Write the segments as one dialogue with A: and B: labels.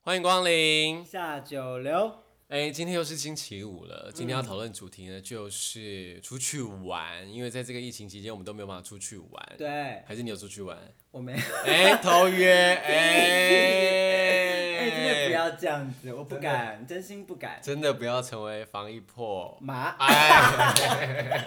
A: 欢迎光临。
B: 下九流，
A: 哎，今天又是星期五了，
B: 嗯
A: 今天要讨论主题呢，就是出去玩。因为在这个疫情期间，我们都没有办法出去玩。
B: 对
A: 还是你有出去玩？
B: 我没有，
A: 哎，头 约，
B: 哎、真的
A: 哎，
B: 不，要这样子，我不敢，真心不敢。
A: 真的不要成为防疫 破。
B: 麻，
A: 哎，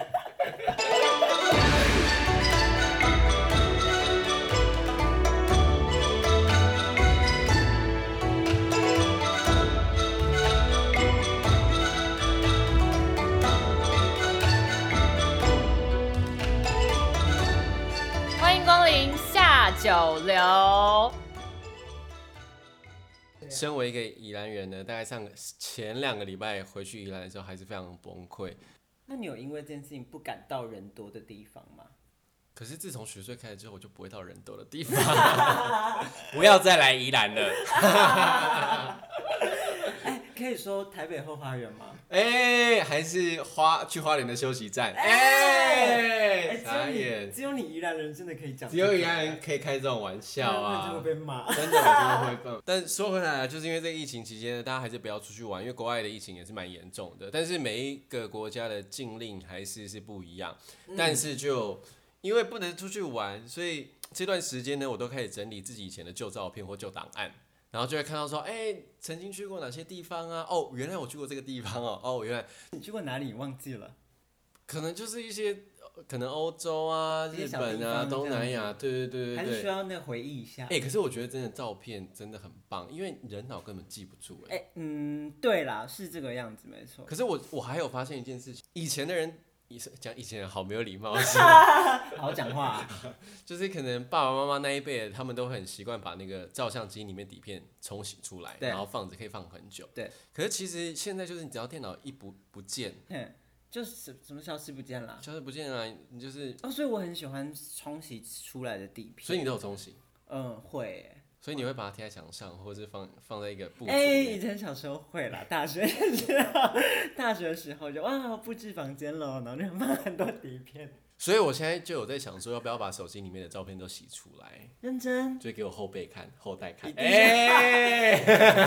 C: 欢迎光临下九流。
A: 身为一个宜兰人呢，大概上个前两个礼拜回去宜兰的时候，还是非常崩溃。
B: 那你有因为这件事情不敢到人多的地方吗？
A: 可是自从学岁开始之后，我就不会到人多的地 方，不要再来宜兰了。
B: 哎、可以说台北后花园吗？
A: 哎、还是花去花莲的休息站，
B: 哎、
A: 哎、傻
B: 只有你，
A: 眼，
B: 只有你宜兰人真的可以讲
A: 只
B: 这个，
A: 有宜兰人可以开这种玩笑
B: 不然
A: 啊
B: 就。会被骂。
A: 真的，我真的会笨。 但说回来啊，就是因为这个疫情期间呢，大家还是不要出去玩，因为国外的疫情也是蛮严重的。但是每一个国家的禁令还是是不一样。
B: 嗯
A: 但是就因为不能出去玩，所以这段时间呢，我都开始整理自己以前的旧照片或旧档案，然后就会看到说，哎、曾经去过哪些地方啊？哦，原来我去过这个地方哦，哦，原来
B: 你去过哪里？你忘记了？
A: 可能就是一些呃可能欧洲啊、
B: 这些
A: 日
B: 小
A: 本
B: 地
A: 啊、
B: 方
A: 东
B: 这样
A: 南亚，对对对
B: 还
A: 对
B: 是需
A: 对。
B: 要那回忆一下？
A: 哎、可是我觉得真的照片真的很棒，因为人脑根本记不住哎、
B: 哎、嗯，对啦，是这个样子，没错。
A: 可是我我还有发现一件事情，以前的人，以讲以前人好没有礼貌， 是
B: 好讲话啊、
A: 就是可能爸爸妈妈那一辈的，他们都很习惯把那个照相机里面底片冲洗出来，
B: 对
A: 然后放着可以放很久。
B: 对。
A: 可是其实现在就是你只要电脑一不不见，
B: 哼，就是什么消失不见啦。
A: 消失不见了，你就是
B: 哦，所以我很喜欢冲洗出来的底片。
A: 所以你都有冲洗，
B: 嗯，会耶、
A: 所以你会把它贴在墙上，或者是放放在一个布子
B: 哎、
A: 里面
B: 以前小时候会啦，大学的时候， 大学的时候就哇布置房间了，然后就放很多底片，
A: 所以我现在就有在想说，要不要把手机里面的照片都洗出来，
B: 认真
A: 就给我后辈看、后代看
B: 一，定要
A: 哎、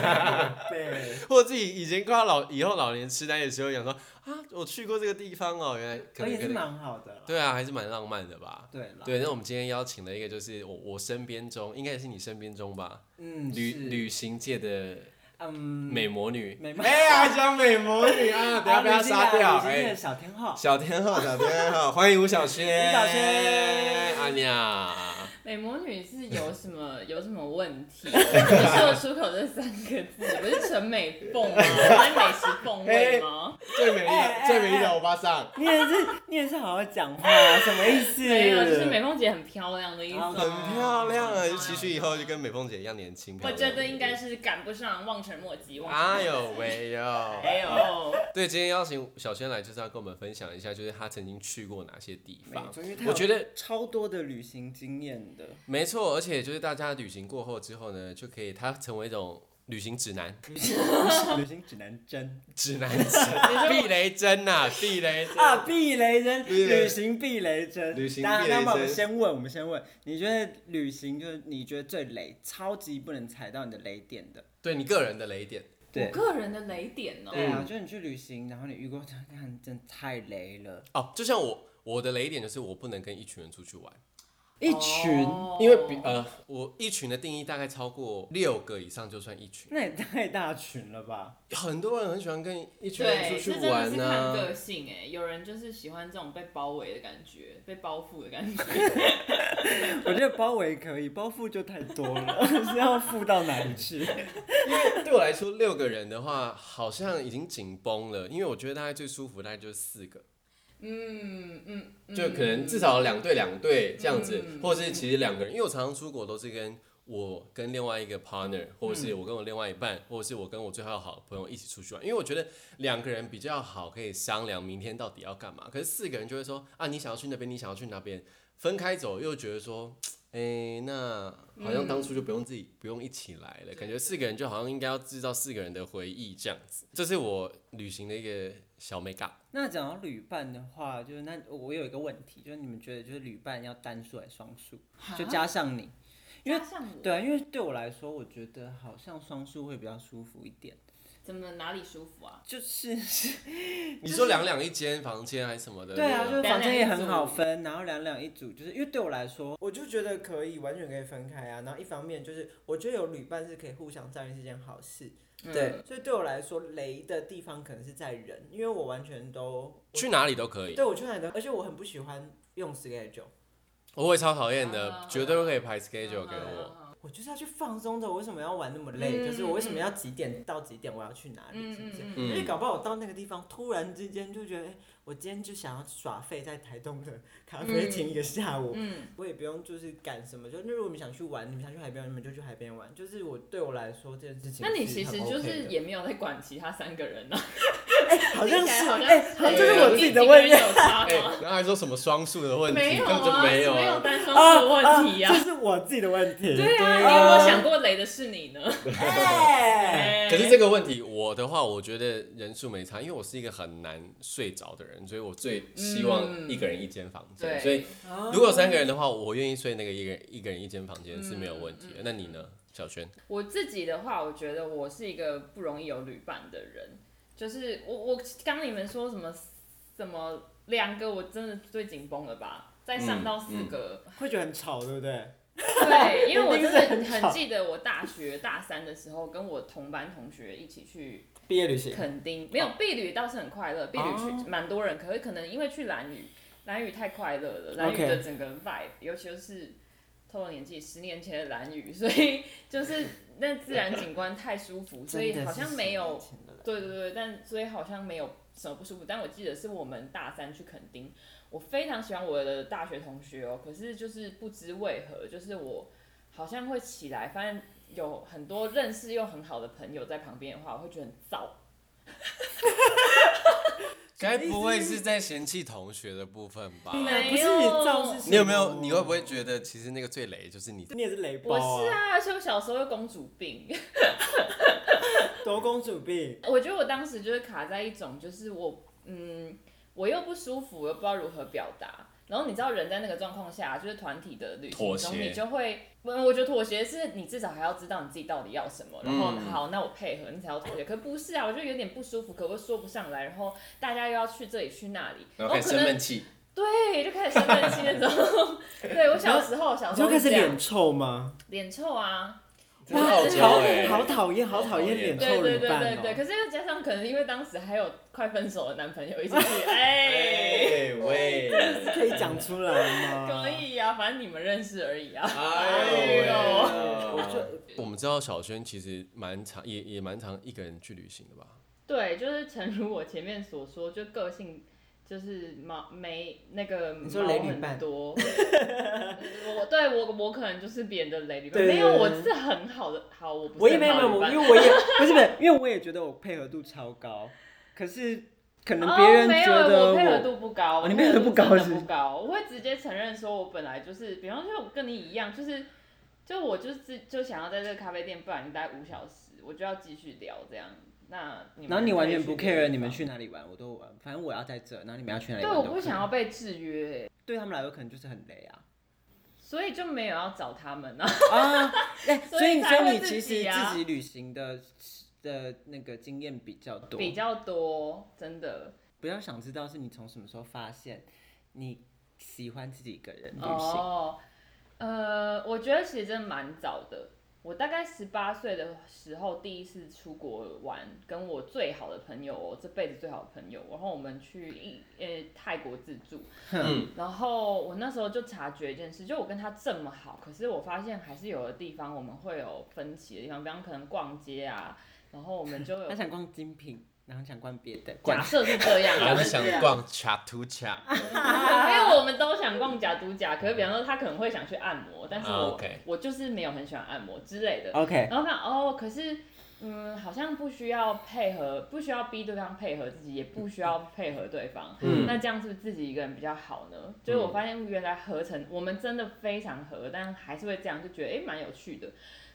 B: 对，
A: 或自己以前快要老以后老年痴呆的时候，想说啊，我去过这个地方哦，原来可
B: 而
A: 能
B: 且
A: 可能
B: 是蛮好的啦。
A: 对啊，还是蛮浪漫的吧。
B: 对啊啦，
A: 对，那我们今天邀请了一个，就是我我身边中，应该也是你身边中吧，
B: 嗯，
A: 旅
B: 是
A: 旅行界的
B: 嗯，
A: 美魔女，
B: 美魔
A: 哎呀，还讲美魔女啊，等下被她杀掉，
B: 今天
A: 哎
B: 的，小天后，
A: 小天后，小天后，欢迎吴小轩，
B: 吴小轩哎
A: 阿娘。
C: 美魔女是有什 么有什么问题？ 你说出口这三个字，不是陈美凤吗？不是美食凤味吗？
A: 最美丽
B: 哎
A: 的
B: 哎
A: 最美丽的欧巴桑，
B: 你也是你也是好好讲话、啊，什么意思？
C: 没有，就是美凤姐很漂亮的意思。啊
B: 哦
A: 很漂亮啊！
C: 很漂亮
A: 其实以后就跟美凤姐一样年轻。漂
C: 我
A: 亮
C: 觉得应该。是赶不上望尘莫及。望尘
A: 哎呦喂 哟！
C: 还有，
A: 对，今天邀请小轩来，就是要跟我们分享一下，就是他曾经去过哪些地方
B: 没错因为。他有
A: 我觉得
B: 超多的旅行经验 的，
A: 没错，而且就是大家旅行过后之后呢，就可以他成为一种旅行指南，
B: 旅行指南针
A: 指南 针，避雷针呐、避雷针。
B: 啊，避雷针，
A: 避雷
B: 旅行避雷针，
A: 旅行避雷针
B: 那那么我们先问，我们先问，你觉得旅行就是你觉得最雷，超级不能踩到你的雷点的？
A: 对你个人的雷点，
C: 我
B: 对，
C: 个人的雷点哦、
B: 对啊，
A: 嗯
B: 就是你去旅行，然后你遇过，看真的太雷了，
A: 哦，就像我我的雷点就是我不能跟一群人出去玩。
B: 一群，
C: 哦
A: 因为比呃，我一群的定义大概超过六个以上就算一群。
B: 那也太大群了吧？
A: 很多人很喜欢跟一群人
C: 对，
A: 出去
C: 这真的
A: 玩啊
C: 是
A: 呢、
C: 看个性哎、有人就是喜欢这种被包围的感觉，被包覆 的感觉。
B: 我觉得包围可以，包覆就太多了， 是要覆到哪里 去？
A: 对我来说，六个人的话好像已经紧绷了，因为我觉得大概最舒服大概就是四个，
C: 嗯嗯嗯，
A: 就可能至少两对两对这样子，
C: 嗯
A: 或者是其实两个人，因为我常常出国都是跟。我跟另外一个 partner，或者是我跟我另外一半，
C: 嗯
A: 或者是我跟我最好的好朋友一起出去玩，因为我觉得两个人比较好，可以商量明天到底要干嘛。可是四个人就会说啊，你想要去那边，你想要去那边，分开走又觉得说，哎、那好
C: 嗯
A: 像当初就不用自己、不用一起来了，感觉四个人就好像应该要制造四个人的回忆这样子。这是我旅行的一个小 make up。
B: 那讲到旅伴的话，就是那我有一个问题，就是你们觉得就是旅伴要单数还是双数？就加上你，
D: 因为
C: 加上我
D: 对啊，因为对我来说，我觉得好像双数会比较舒服一点，
C: 怎么哪里舒服啊？
D: 就是
A: 你说两两一间房间还是什么的？
D: 对啊，
A: 那
D: 就
A: 个
D: 是房间也
C: 两两一
D: 很
C: 组
D: 好分，然后两两一组，就是因为对我来说，
B: 我就觉得可以，完全可以分开啊。然后一方面就是，我觉得有旅伴是可以互相照应是件好事。
D: 嗯
C: 嗯
B: 对，所以对我来说，雷的地方可能是在人，因为我完全都我
A: 去哪里都可以，
B: 对我去哪里都，而且我很不喜欢用 schedule，
A: 我会超讨厌
C: 啊
A: 的，绝对可以排 schedule 给
C: 嗯
A: 我。。
B: 我就是要去放松的。我为什么要玩那么累？
C: 嗯
B: 就是我为什么要几点到几点我要去哪里？
C: 嗯
B: 是不
C: 嗯
B: 是？
C: 嗯
A: 嗯
B: 因为搞不好我到那个地方，突然之间就觉得，哎、我今天就想要耍废，在台东的咖啡厅一个下午，
C: 嗯
B: 我也不用就是赶什么，就那如果你们想去玩，你们想去海边，你们就去海边玩。就是我对我来说这件事情是
C: 那
B: 很 OK 的，
C: 你其实就是也没有在管其他三个人啊，
B: 好像
C: 听起来
B: 是
C: 好像
B: 哎、好像
A: 对
B: 这是我自己的问
C: 有
B: 题。
C: 差
A: 哎
C: 吗？，
A: 然后还说什么双数的问题，
C: 啊没有
A: 根
C: 啊，
A: 本就没有
C: 没
A: 啊。
C: 单双数的问题
B: 啊
C: 啊
B: 这。是我自己的问题。
C: 对啊，你有没有想过雷的是你呢？
B: 哎
A: 可是这个问题，我的话，我觉得人数没差，因为我是一个很难睡着的人，所以我最希望一个人一间房间。
C: 嗯对
A: 所以如果有三个人的话，我愿意睡那个一个人一个人一间房间是没有问题
C: 嗯
A: 的。那你呢，小轩？
C: 我自己的话，我觉得我是一个不容易有旅伴的人，就是我我刚你们说什么什么两个，我真的最紧绷了吧？再上到四
A: 嗯
C: 个，
B: 会觉得很吵，对不对？
C: 对，因为我
B: 一定
C: 真
B: 是很
C: 的
B: 吵
C: 很记得我大学大三的时候，跟我同班同学一起去
B: 毕业旅行，
C: 垦丁，
B: 嗯
C: 没有避旅倒是很快乐，避旅
B: 哦
C: 去蛮多人，可是可能因为去兰屿，兰屿太快乐了，兰屿
B: OK
C: 的整个 vibe，尤其是透露年纪十年前的兰屿，所以就是那自然景观太舒服，所以
B: 真
C: 好
B: 的是
C: 像没有
B: 十年前的了。
C: 对对对，但所以好像没有什么不舒服。但我记得是我们大三去垦丁，我非常喜欢我的大学同学哦，可是就是不知为何，就是我好像会起来，发现有很多认识又很好的朋友在旁边的话，我会觉得很燥。
A: 该不会是在嫌弃同学的部分 吧？
C: 没
B: 不是你照是什么
A: 你有没有？你会不会觉得其实那个最雷就是你？
B: 你也是雷包、
C: 我
B: 啊？
C: 是啊，而且我小时候有公主病，
B: 夺公主病。
C: 我觉得我当时就是卡在一种，就是我嗯，我又不舒服，我又不知道如何表达。然后你知道人在那个状况下，就是团体的旅行
A: 妥协
C: 中，你就会，我我觉得妥协是你至少还要知道你自己到底要什么，然后、
A: 嗯
C: 好，那我配合你才要妥协。可不是啊，我就有点不舒服，可我说不上来，然后大家又要去这里去那里，
A: 然
C: 然
A: 后
C: 后
A: 开始
C: 可
A: 生
C: 能
A: 闷气，
C: 对，就开始生闷气那种。 对我小时候，小
B: 你
C: 时候
B: 就开始
C: 是哦这样
B: 脸臭吗？
C: 脸臭啊，
A: 真的好焦哎、
B: 好讨厌，好讨厌脸
C: 对
B: 臭
C: 对
B: 旅
C: 对
B: 伴
C: 对
B: 哦、
C: 对，可是又加上可能因为当时还有快分手的男朋友一起去，哎，
A: 哎喂，
B: 可以讲出来吗？
C: 可。以呀、反正你们认识而已啊。
A: 哎呦，
B: 我
A: 我
B: 就
A: 我们知道小轩其实蛮常也也蛮常一个人去旅行的吧？
C: 对，就是诚如我前面所说，就个性就是毛没那个
B: 你说
C: 毛
B: 雷旅
C: 很
B: 伴
C: 多。 我对我我可能就是别人的雷旅伴，
B: 对对
C: 没有，
B: 对
C: 我是很好的，好，我不是
B: 我也
C: 很
B: 没有
C: 好
B: 没
C: 的
B: 有，
C: 旅
B: 我因为
C: 伴
B: 我 也不是不是，因为我也觉得我配合度超高，可是可能别
C: 哦、
B: 人
C: 没
B: 觉
C: 有
B: 得
C: 我配合度不高，
B: 哦你配合度不高
C: 我配合
B: 是
C: 真
B: 不
C: 的
B: 是
C: 不高。我会直接承认说，我本来就是，比方说我跟你一样，就是就我就是就想要在这个咖啡店，不然待五小时，我就要继续聊这样。那你们
B: 然后你完全不
C: 可以去别
B: care
C: 的
B: 你们
C: 地
B: 去哪里玩，我都玩，反正我要在这，然后你们要去哪里
C: 方对，
B: 玩
C: 我
B: 都
C: 不
B: 可以
C: 想要被制约，
B: 对他们来说可能就是很累啊
C: 所以就没有要找他们啊。
B: 啊，哎、 所以
C: 以才
B: 所以
C: 会
B: 你其
C: 自己
B: 实
C: 啊
B: 自己旅行的的那个经验比较多，
C: 比较多，真的
B: 不要想知道是你从什么时候发现你喜欢自己一个人旅行，
C: 哦。呃，我觉得其实真的蛮早的。我大概十八岁的时候第一次出国玩，跟我最好的朋友，我这辈子最好的朋友，然后我们去一呃泰国自助，
A: 嗯，
C: 然后我那时候就察觉一件事，就我跟他这么好，可是我发现还是有的地方我们会有分歧的地方，比方可能逛街啊，然后我们就 有
B: 他想逛精品，然后想逛别的，
C: 假
B: 逛
C: 设是这样，
A: 还
C: 我们
A: 是
C: 是这
A: 想
C: 样
A: 逛卡图卡，
C: 啊 没有，我们都想逛假独假，可是比方说他可能会想去按摩，但是我、
A: 啊，OK
C: 我就是没有很喜欢按摩之类的。
B: OK，
C: 然后看哦，可是嗯，好像不需要配合，不需要逼对方配合自己，也不需要配合对方。
A: 嗯
C: 那这样是不是自己一个人比较好呢？就是我发现原来合成，我们真的非常合，但还是会这样，就觉得诶蛮、有趣的。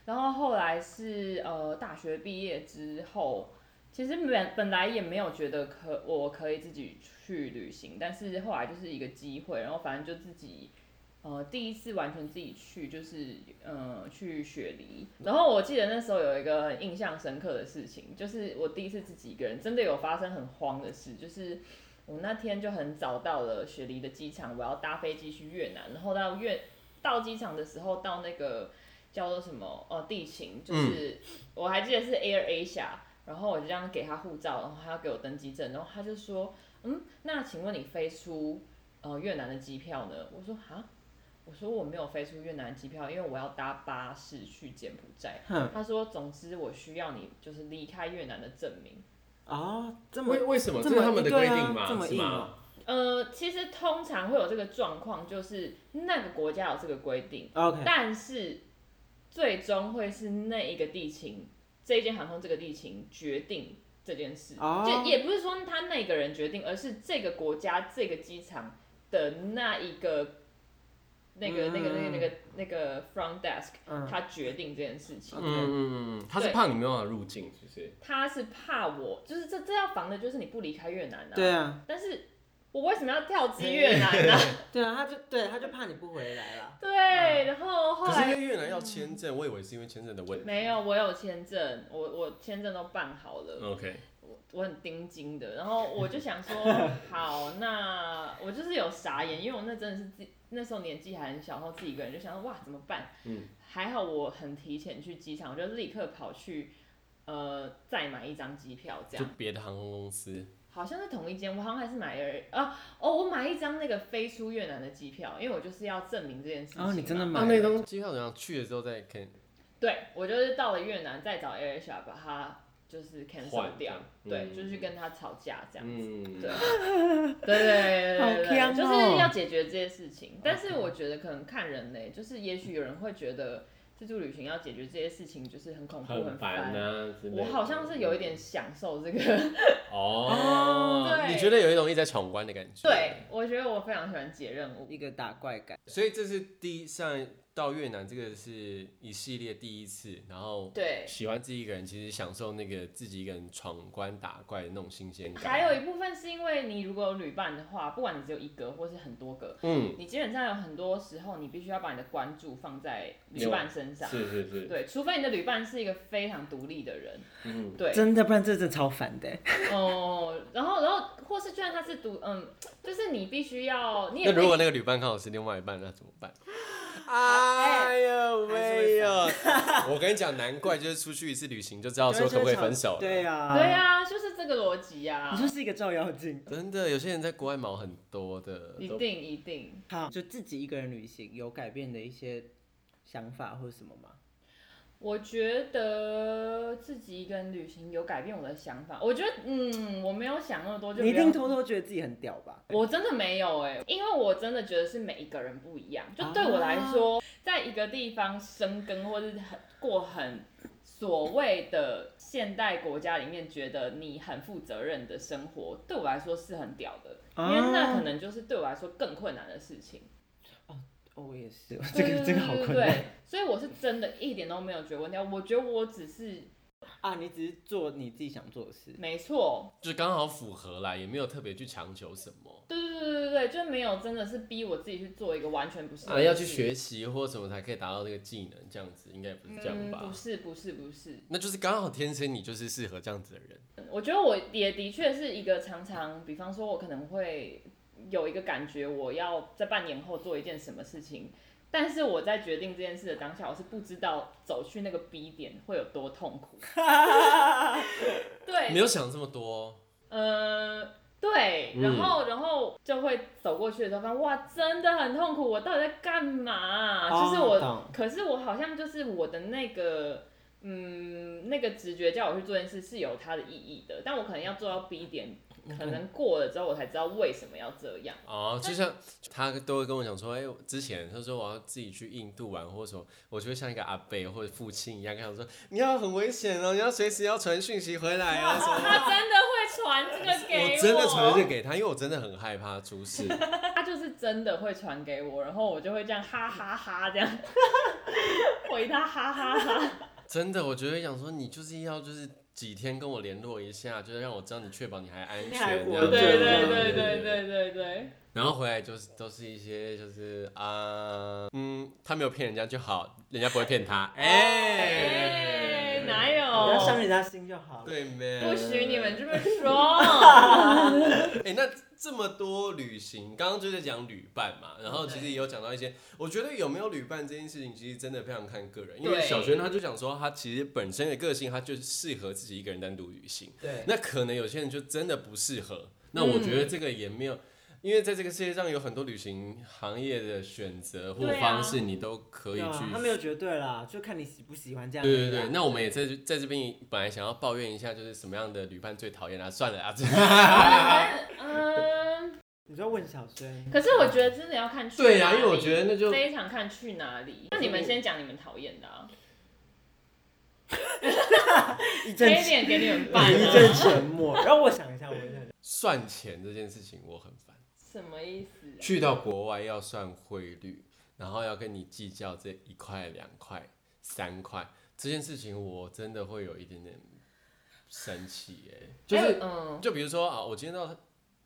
C: 然后后来是呃大学毕业之后，其实本本来也没有觉得可我可以自己去旅行，但是后来就是一个机会，然后反正就自己呃第一次完全自己去，就是呃去雪梨。然后我记得那时候有一个很印象深刻的事情，就是我第一次自己一个人，真的有发生很慌的事，就是。我那天就很早到了雪梨的机场，我要搭飞机去越南，然后到越到机场的时候，到那个叫做什么呃地勤，就是、我还记得是 Air Asia，然后我就这样给他护照，然后他要给我登机证，然后他就说，嗯，那请问你飞出呃越南的机票呢？我说哈，我说我没有飞出越南的机票，因为我要搭巴士去柬埔寨。
B: 哼
C: 他说，总之我需要你就是离开越南的证明。
E: 哦，这么
A: 为为什么？
E: 这
A: 这
E: 么
A: 是他们的规
E: 对啊
A: 定嘛，
E: 这么
A: 是
E: 硬
A: 吗？
C: 呃，其实通常会有这个状况，就是那个国家有这个规定，
E: OK，
C: 但是最终会是那一个地勤，这一间航空这个地勤决定这件事，
E: 哦
C: 就也不是说他那个人决定，而是这个国家这个机场的那一个。那个、那个、那个、那个、那个 front desk，、
E: 嗯
C: 他决定这件事情。
A: 嗯嗯嗯嗯，他是
C: 对
A: 怕你没办法入境，是不是？
C: 他是怕我，就是这这要防的就是你不离开越南啊。
E: 对啊，
C: 但是我为什么要跳机越南呢、
E: 对啊，他就对他就怕你不回来啦。
C: 对，然后后
A: 可是因
C: 来
A: 为越南要签证，我以为是因为签证的问题。
C: 没有，我有签证，我我签证都办好了，
A: OK，
C: 我我很盯紧的。然后我就想说， 好，那我就是有傻眼，因为我那真的是自己那时候年纪还很小，然后自己一个人就想说，哇，怎么办？
A: 嗯，
C: 还好我很提前去机场，我就立刻跑去呃再买一张机票，这
A: 就
C: 样
A: 别的航空公司，
C: 好像是同一间，我好像还是买了啊哦，我买一张那个飞出越南的机票，因为我就是要证明这件事情嘛。
B: 哦你真的买
A: 啊那那张机票怎么样？去了之后再看，
C: 对，我就是到了越南，再找 AirAsia 把它就是
A: 换
C: cancel 掉，
A: 掉
C: 对，
A: 嗯
C: 就是去跟他吵架这样子。
A: 嗯，
C: 对， 对对对对对
B: 好呛哦
C: 对，就是要解决这些事情。但是我觉得可能看人呢、就是也许有人会觉得自助旅行要解决这些事情就是很恐怖、
A: 很
C: 很
A: 烦啊之类的。
C: 我好像是有一点享受这个，
A: 哦，
C: 对
A: 你觉得有一种一直在闯关的感觉？
C: 对，我觉得我非常喜欢解任务。
E: 一个打怪感，
A: 所以这是第一像到越南这个是一系列第一次，然后
C: 对，
A: 喜欢自己一个人，其实享受那个自己一个人闯关打怪的那种新鲜感。
C: 还有一部分是因为你如果有旅伴的话，不管你只有一个或是很多个，
A: 嗯，
C: 你基本上有很多时候，你必须要把你的关注放在旅伴身上。
A: 是是是，
C: 对，除非你的旅伴是一个非常独立的人，
A: 嗯，
C: 对，
B: 真的，不然这真的超烦的。
C: 哦，然后，然后，或是就算他是独，嗯，就是你必须要，你也
A: 那
C: 不
A: 如果那个旅伴刚好是另外一半，那怎么办？
C: 啊
A: 哎呦喂呦！ 我跟你讲，难怪就是出去一次旅行就知道说可不可以分手了。
B: 对呀，
C: 对。啊，就是这个逻辑啊
B: 你，说是一个照妖镜。
A: 真的，有些人在国外毛很多的，
C: 一
A: 都
C: 定一定。
B: 好，就自己一个人旅行有改变的一些想法或者什么吗？
C: 我觉得自己一个人旅行有改变我的想法。我觉得，嗯，我没有想那么多，就
B: 你一
C: 不用
B: 定偷偷觉得自己很屌吧？
C: 我真的没有哎、因为我真的觉得是每一个人不一样。就对我来说，在一个地方生根或是很过很所谓的现代国家里面，觉得你很负责任的生活，对我来说是很屌的，因为那可能就是对我来说更困难的事情。
B: 哦，我也是，这个这个好
C: 对
B: 困
C: 对对
B: 难
C: 对，所以我是真的一点都没有觉得问题。我觉得我只是
B: 啊！你只是做你自己想做的事，
C: 没错，
A: 就刚好符合啦，也没有特别去强求什么。
C: 对对对对对，就没有真的是逼我自己去做一个完全不是我
A: 啊，要
C: 的
A: 去
C: 事
A: 学习或什么才可以达到这个技能，这样子应该也不是这样
C: 嗯，
A: 吧？
C: 不是不是不是，
A: 那就是刚好天生你就是适合这样子的人。
C: 我觉得我也的确是一个常常，比方说，我可能会有一个感觉，我要在半年后做一件什么事情，但是我在决定这件事的当下，我是不知道走去那个 B 点会有多痛苦。
A: 没
C: 对，
A: 有想这么多，
C: 呃，对，
A: 嗯
C: 然后、然后就会走过去的时候，发现哇，真的很痛苦，我到底在干嘛啊、
B: 哦
C: 就是我，
B: 懂
C: 可是我好像就是我的那个。嗯，那个直觉叫我去做件事是有它的意义的，但我可能要做到 B 点，可能过了之后我才知道为什么要这样。
A: 哦，就像他都会跟我讲说，哎、我之前他说我要自己去印度玩或者什么，我就会像一个阿伯或者父亲一样跟他说，你要很危险哦，你要随时要传讯息回来 啊什么。
C: 他真的会传这个给
A: 我真的传了这个给他，因为我真的很害怕出 事。
C: 他就是真的会传给我，然后我就会这样哈哈哈 这样回他哈哈哈。
A: 真的，我觉得想说你就是要就是几天跟我联络一下，就是让我知道你确保你还安全
E: 你还
A: 这
E: 活
A: 样
C: 对
A: 子。
E: 着
C: 对
E: 这
C: 对
E: 样
C: 对对对对对，
A: 然后回来就是都是一些就是啊、嗯，他没有骗人家就好，人家不会骗他。哎、
C: 哎，哪
A: 哦
E: 不要
C: 有
E: 伤？人家心就好了。
A: 对没？
C: 不许你们这么 说。
A: 哎、那这么多旅行，刚刚就在讲旅伴嘛，然后其实也有讲到一些，我觉得有没有旅伴这件事情，其实真的非常看个人。因为
C: 对
A: 小轩他就讲说，他其实本身的个性，他就适合自己一个人单独旅行。
E: 对，
A: 那可能有些人就真的不适合。那我
B: 嗯
A: 觉得这个也没有，因为在这个世界上有很多旅行行业的选择或
C: 对啊
A: 方式，你都可以
B: 对
A: 去
B: 啊，他没有绝对啦，就看你喜不喜欢这样而啊已
A: 对
B: 啦。
A: 对对，那我们也在在这边本来想要抱怨一下，就是什么样的旅伴最讨厌啊？算了啊， 这
C: 嗯，
B: 你就问小轩，
C: 可是我觉得真的要看去
A: 对
C: 呀、
A: 呀、因为我觉得那就
C: 非常看去哪里。那你们先讲你们讨厌的啊，
B: 一
C: 黑
B: 阵
C: 脸给你们 办
B: 一
C: 啊，
B: 阵沉默，然后我想一下，我想一下，
A: 算钱这件事情我很烦。
C: 什么意思、
A: 去到国外要算汇率，然后要跟你计较这一块、两块、三块这件事情，我真的会有一点点生气哎、就是、
C: 哎嗯，
A: 就比如说啊，我今天到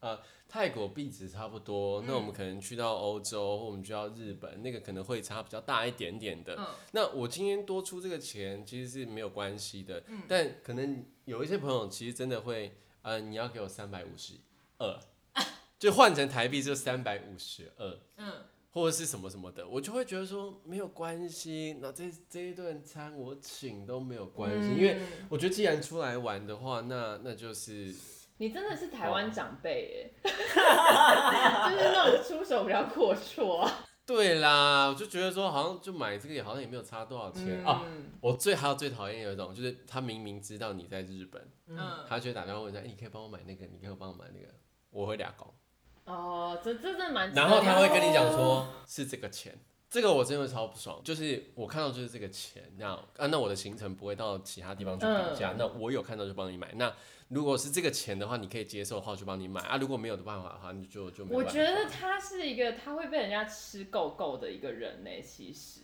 A: 呃泰国币值差不多，
C: 嗯
A: 那我们可能去到欧洲，或我们去到日本，那个可能会差比较大一点点的。
C: 嗯
A: 那我今天多出这个钱其实是没有关系的，
C: 嗯
A: 但可能有一些朋友其实真的会，呃，你要给我三百五十 二，就换成台币就三百五十二。
C: 嗯，
A: 或者是什么什么的，我就会觉得说没有关系，那这这一顿餐我请都没有关系，
C: 嗯
A: 因为我觉得既然出来玩的话，那那就是
C: 你真的是台湾长 辈耶，就是那种出手比较阔绰、啊。
A: 对啦，我就觉得说好像就买这个也好像也没有差多少钱、啊。
C: 嗯
A: 我最还有最讨厌有一种就是他明明知道你在日本，
C: 嗯，
A: 他就会打电话问一下，哎、你可以帮我买那个，你可以帮我买那个，我会俩工，
C: 哦，这这真的蛮值得
A: 然
C: 聊
A: 后
C: 的。
A: 他会跟你讲说是这个钱。这个我真的超不爽，就是我看到就是这个钱，那啊那我的行程不会到其他地方去比
C: 嗯
A: 价，那我有看到就帮你买。那如果是这个钱的话，你可以接受的话我就帮你买啊，如果没有的办法的话，你就就没有
C: 我
A: 办法。
C: 觉得他是一个他会被人家吃够够的一个人呢、其实，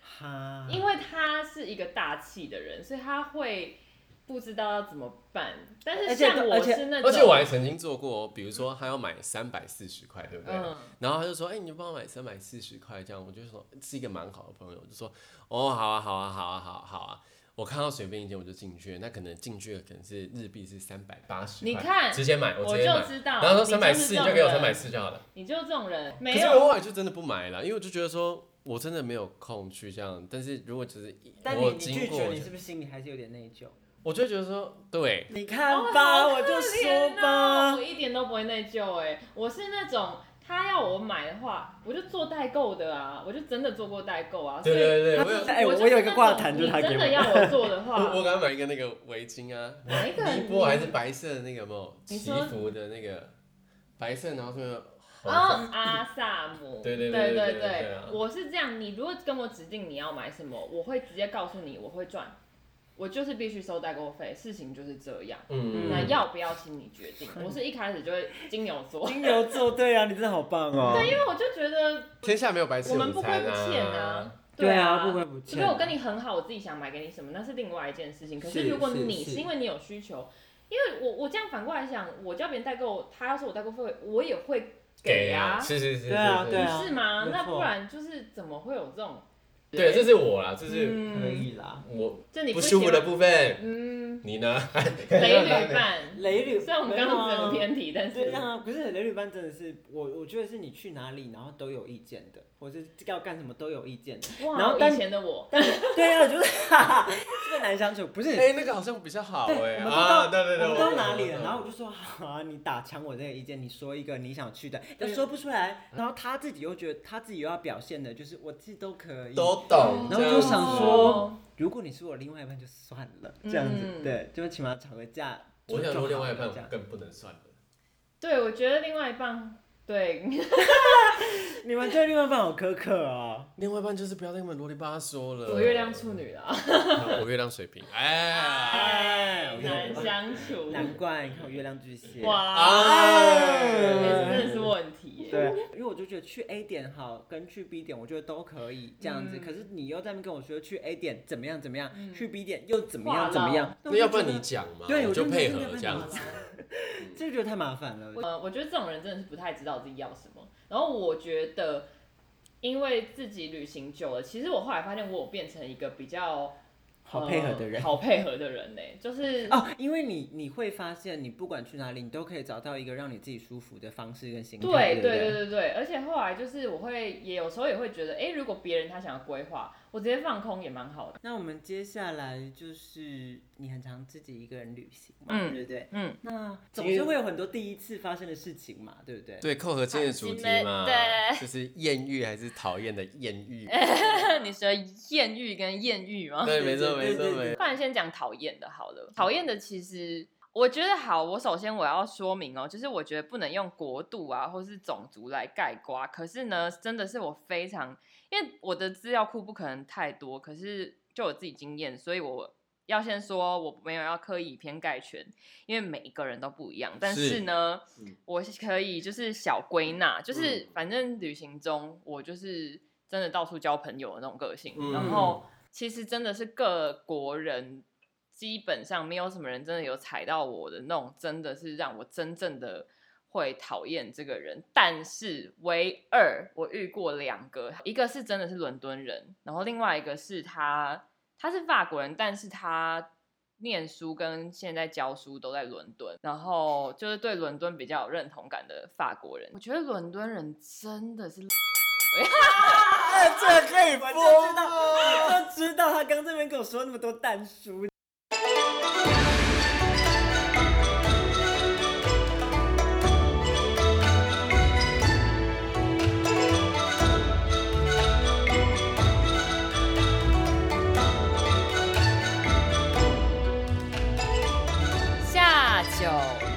B: 哈，
C: 因为他是一个大气的人，所以他会不知道要怎么办。但是
B: 而且
C: 像
B: 而
C: 我
B: 且
C: 是那种，
A: 而且我还曾经做过，比如说他要买三百四十块，对不对？
C: 嗯
A: 然后他就说：“哎、你就帮我买三百四十块这样。”我就说是一个蛮好的朋友，我就说：“哦，好啊，好啊，好啊，好啊好啊。”我看到随便一间我就进去了，那可能进去的可能是日币是三百八十，
C: 你看
A: 直接买，
C: 我
A: 直接买
C: 就。知道，
A: 然后说
C: 你
A: 三百
C: 就是
A: 四，
C: 这
A: 你
C: 种
A: 就给我三
C: 人
A: 百，四就好了。
C: 你就这种人，
A: 可
C: 没
A: 是我
C: 有哦
A: 后来就真的不买了，因为我就觉得说我真的没有空去这样。但是如果只是一
B: 但你
A: 我
B: 你
A: 经
B: 拒
A: 过
B: 绝，
A: 我
B: 你
A: 就是
B: 不是心里还是有点内疚？
A: 我就觉得说，对，
B: 你看吧，我就说吧
C: 哦我，一点都不会内疚哎、我是那种。他要我买的话，我就做代购的啊，我就真的做过代购啊，所
A: 对
C: 以
A: 对对，
B: 他
A: 我有
B: 哎，
C: 我
B: 我有一个挂毯，就是是
C: 那
B: 他给
C: 种
B: 我
C: 你真的。要我做的
A: 我我
C: 话，
A: 刚买一个那个围巾啊，
C: 啊哪一个？
A: 尼泊尔还是白色的那个有没有
C: 你
A: 祈
C: 说
A: 福的那个白色，然后那个红色。
C: 哦， 阿萨姆，
A: 对对对
C: 对
A: 对
C: 对
A: 对对啊
C: 我是这样，你如果跟我指定你要买什么，我会直接告诉你，我会赚，我就是必须收代购费，事情就是这样。
A: 嗯
C: 那要不要请你决定？我是一开始就会金牛座，
B: 金牛座，对啊，你真的好棒哦。
C: 因为我就觉得
A: 天下没有白吃
C: 我们
A: 午
C: 不亏
A: 餐
C: 不欠啊。
B: 对
C: 啊，
B: 啊，不亏不
C: 除
B: 欠。
C: 非我跟你很好，我自己想买给你什么，那是另外一件事情。可
E: 是
C: 如果
E: 是
C: 你
E: 是
C: 是因为你有需求，因为我我这样反过来想，我叫别人代购，他要说我代购费，我也会给啊，
A: 是是是，
B: 对啊
A: 是
B: 对啊
C: 是吗？
E: 没
C: 那
E: 错
C: 不然就是怎么会有这种？
A: 对，这是我啦，这是
E: 可
C: 嗯，
E: 以啦。
A: 我
C: 就你
A: 不
C: 喜
A: 舒服
C: 欢
A: 的部分。
C: 嗯，
A: 你呢？
C: 雷旅伴。
B: 雷旅，
C: 虽然我们刚刚整个
B: 没有啊
C: 偏题，但
B: 对
C: 是
B: 啊，可是雷旅班真的是我，我觉得是你去哪里，然后都有意见的，或是要干什么都有意见的。然
C: 哇，
B: 后但
C: 以前的我，
B: 对啊，就是哈哈， 这个难相处，不是？
A: 哎，那个好像比较好哎
B: 我们都
A: 啊，
B: 到
A: 对对对，
B: 我们到哪里
A: 我
B: 了？
A: 懂
B: 然后我就说 好啊，你打枪我这个意见，你说一个你想去的，又说不出来，然后他自己又觉得他自己又要表现的，就是我自己都可以。
A: 都懂，
B: 然后就
C: 哦
B: 想
A: 这样子，
B: 说如果你是我另外一半就算了，这样子，
C: 嗯
B: 对，就起码吵个架。
A: 我想说另外一半
B: 就好
A: 我
B: 了
A: 更不能算了。
C: 对，我觉得另外一半，对，
B: 这样你们对另外一半好苛刻哦。
A: 另外一半就是不要再那么啰里吧嗦了。
C: 我月亮处，女啊，
A: 我月亮水瓶，哎，
C: 难相相 处。
B: 难怪你看我月亮巨蟹。
C: 哇，
A: 啊
C: 这
B: 哎
C: 真的是问题耶。
B: 对，因为我就觉得去 A 点好，跟去 B 点，我觉得都可以这样子。
C: 嗯
B: 可是你又在那边跟我说去 A 点怎么样怎么样，
C: 嗯
B: 去 B 点又怎么
C: 话
B: 样怎么
C: 痨
B: 样，
A: 那要不然
B: 我就
A: 你
B: 觉得
A: 讲嘛，
B: 对
A: 我
B: 我
A: 就
B: 就
A: 配
B: 觉
A: 合
B: 得
A: 这样子。
B: 这就觉得太麻烦了。
C: 我呃，我觉得这种人真的是不太知道自己要什么。然后我觉得，因为自己旅行久了，其实我后来发现我有变成一个比较
B: 好配合的人
C: 呃好配合的人呢、就是
B: 哦，因为你你会发现，你不管去哪里，你都可以找到一个让你自己舒服的方式跟心态，
C: 对
B: 不
C: 对
B: 对
C: 对对对，而且后来就是我会也有时候也会觉得，哎，如果别人他想要规划，我直接放空也蛮好的。
B: 那我们接下来就是你很常自己一个人旅行嘛，
C: 嗯
B: 对不对？
C: 嗯，
B: 那总
A: 因为
B: 是会有很多第一次发生的事情嘛，对不对？
A: 对，扣合今天的主题嘛，
C: 对
A: 就是艳遇还是讨厌的艳 遇。
C: 你说艳遇跟艳遇吗
A: 对，没错，
B: 对
A: 没
B: 对
A: 错，
B: 对
A: 没错。
C: 不然先讲讨厌的好了。讨厌的其实我觉得好，我首先我要说明哦，就是我觉得不能用国度啊或是种族来盖瓜。可是呢，真的是我非常，因为我的资料库不可能太多，可是就我自己经验，所以我。要先说，我没有要刻意以偏概全，因为每一个人都不一样。但
A: 是
C: 是呢，
A: 嗯
C: 我是可以就是小归纳，就是
A: 嗯
C: 反正旅行中我就是真的到处交朋友的那种个性。
A: 嗯
C: 然后其实真的是各国人基本上没有什么人真的有踩到我的那种，真的是让我真正的会讨厌这个人。但是唯二我遇过两个，一个是真的是伦敦人，然后另外一个是他他是法国人，但是他。念书跟现在教书都在伦敦，然后就是对伦敦比较有认同感的法国人，我觉得伦敦人真的是
A: 哎，这可以
B: 我就知道，我就知道他刚这边跟我说那么多蛋叔。
C: 下酒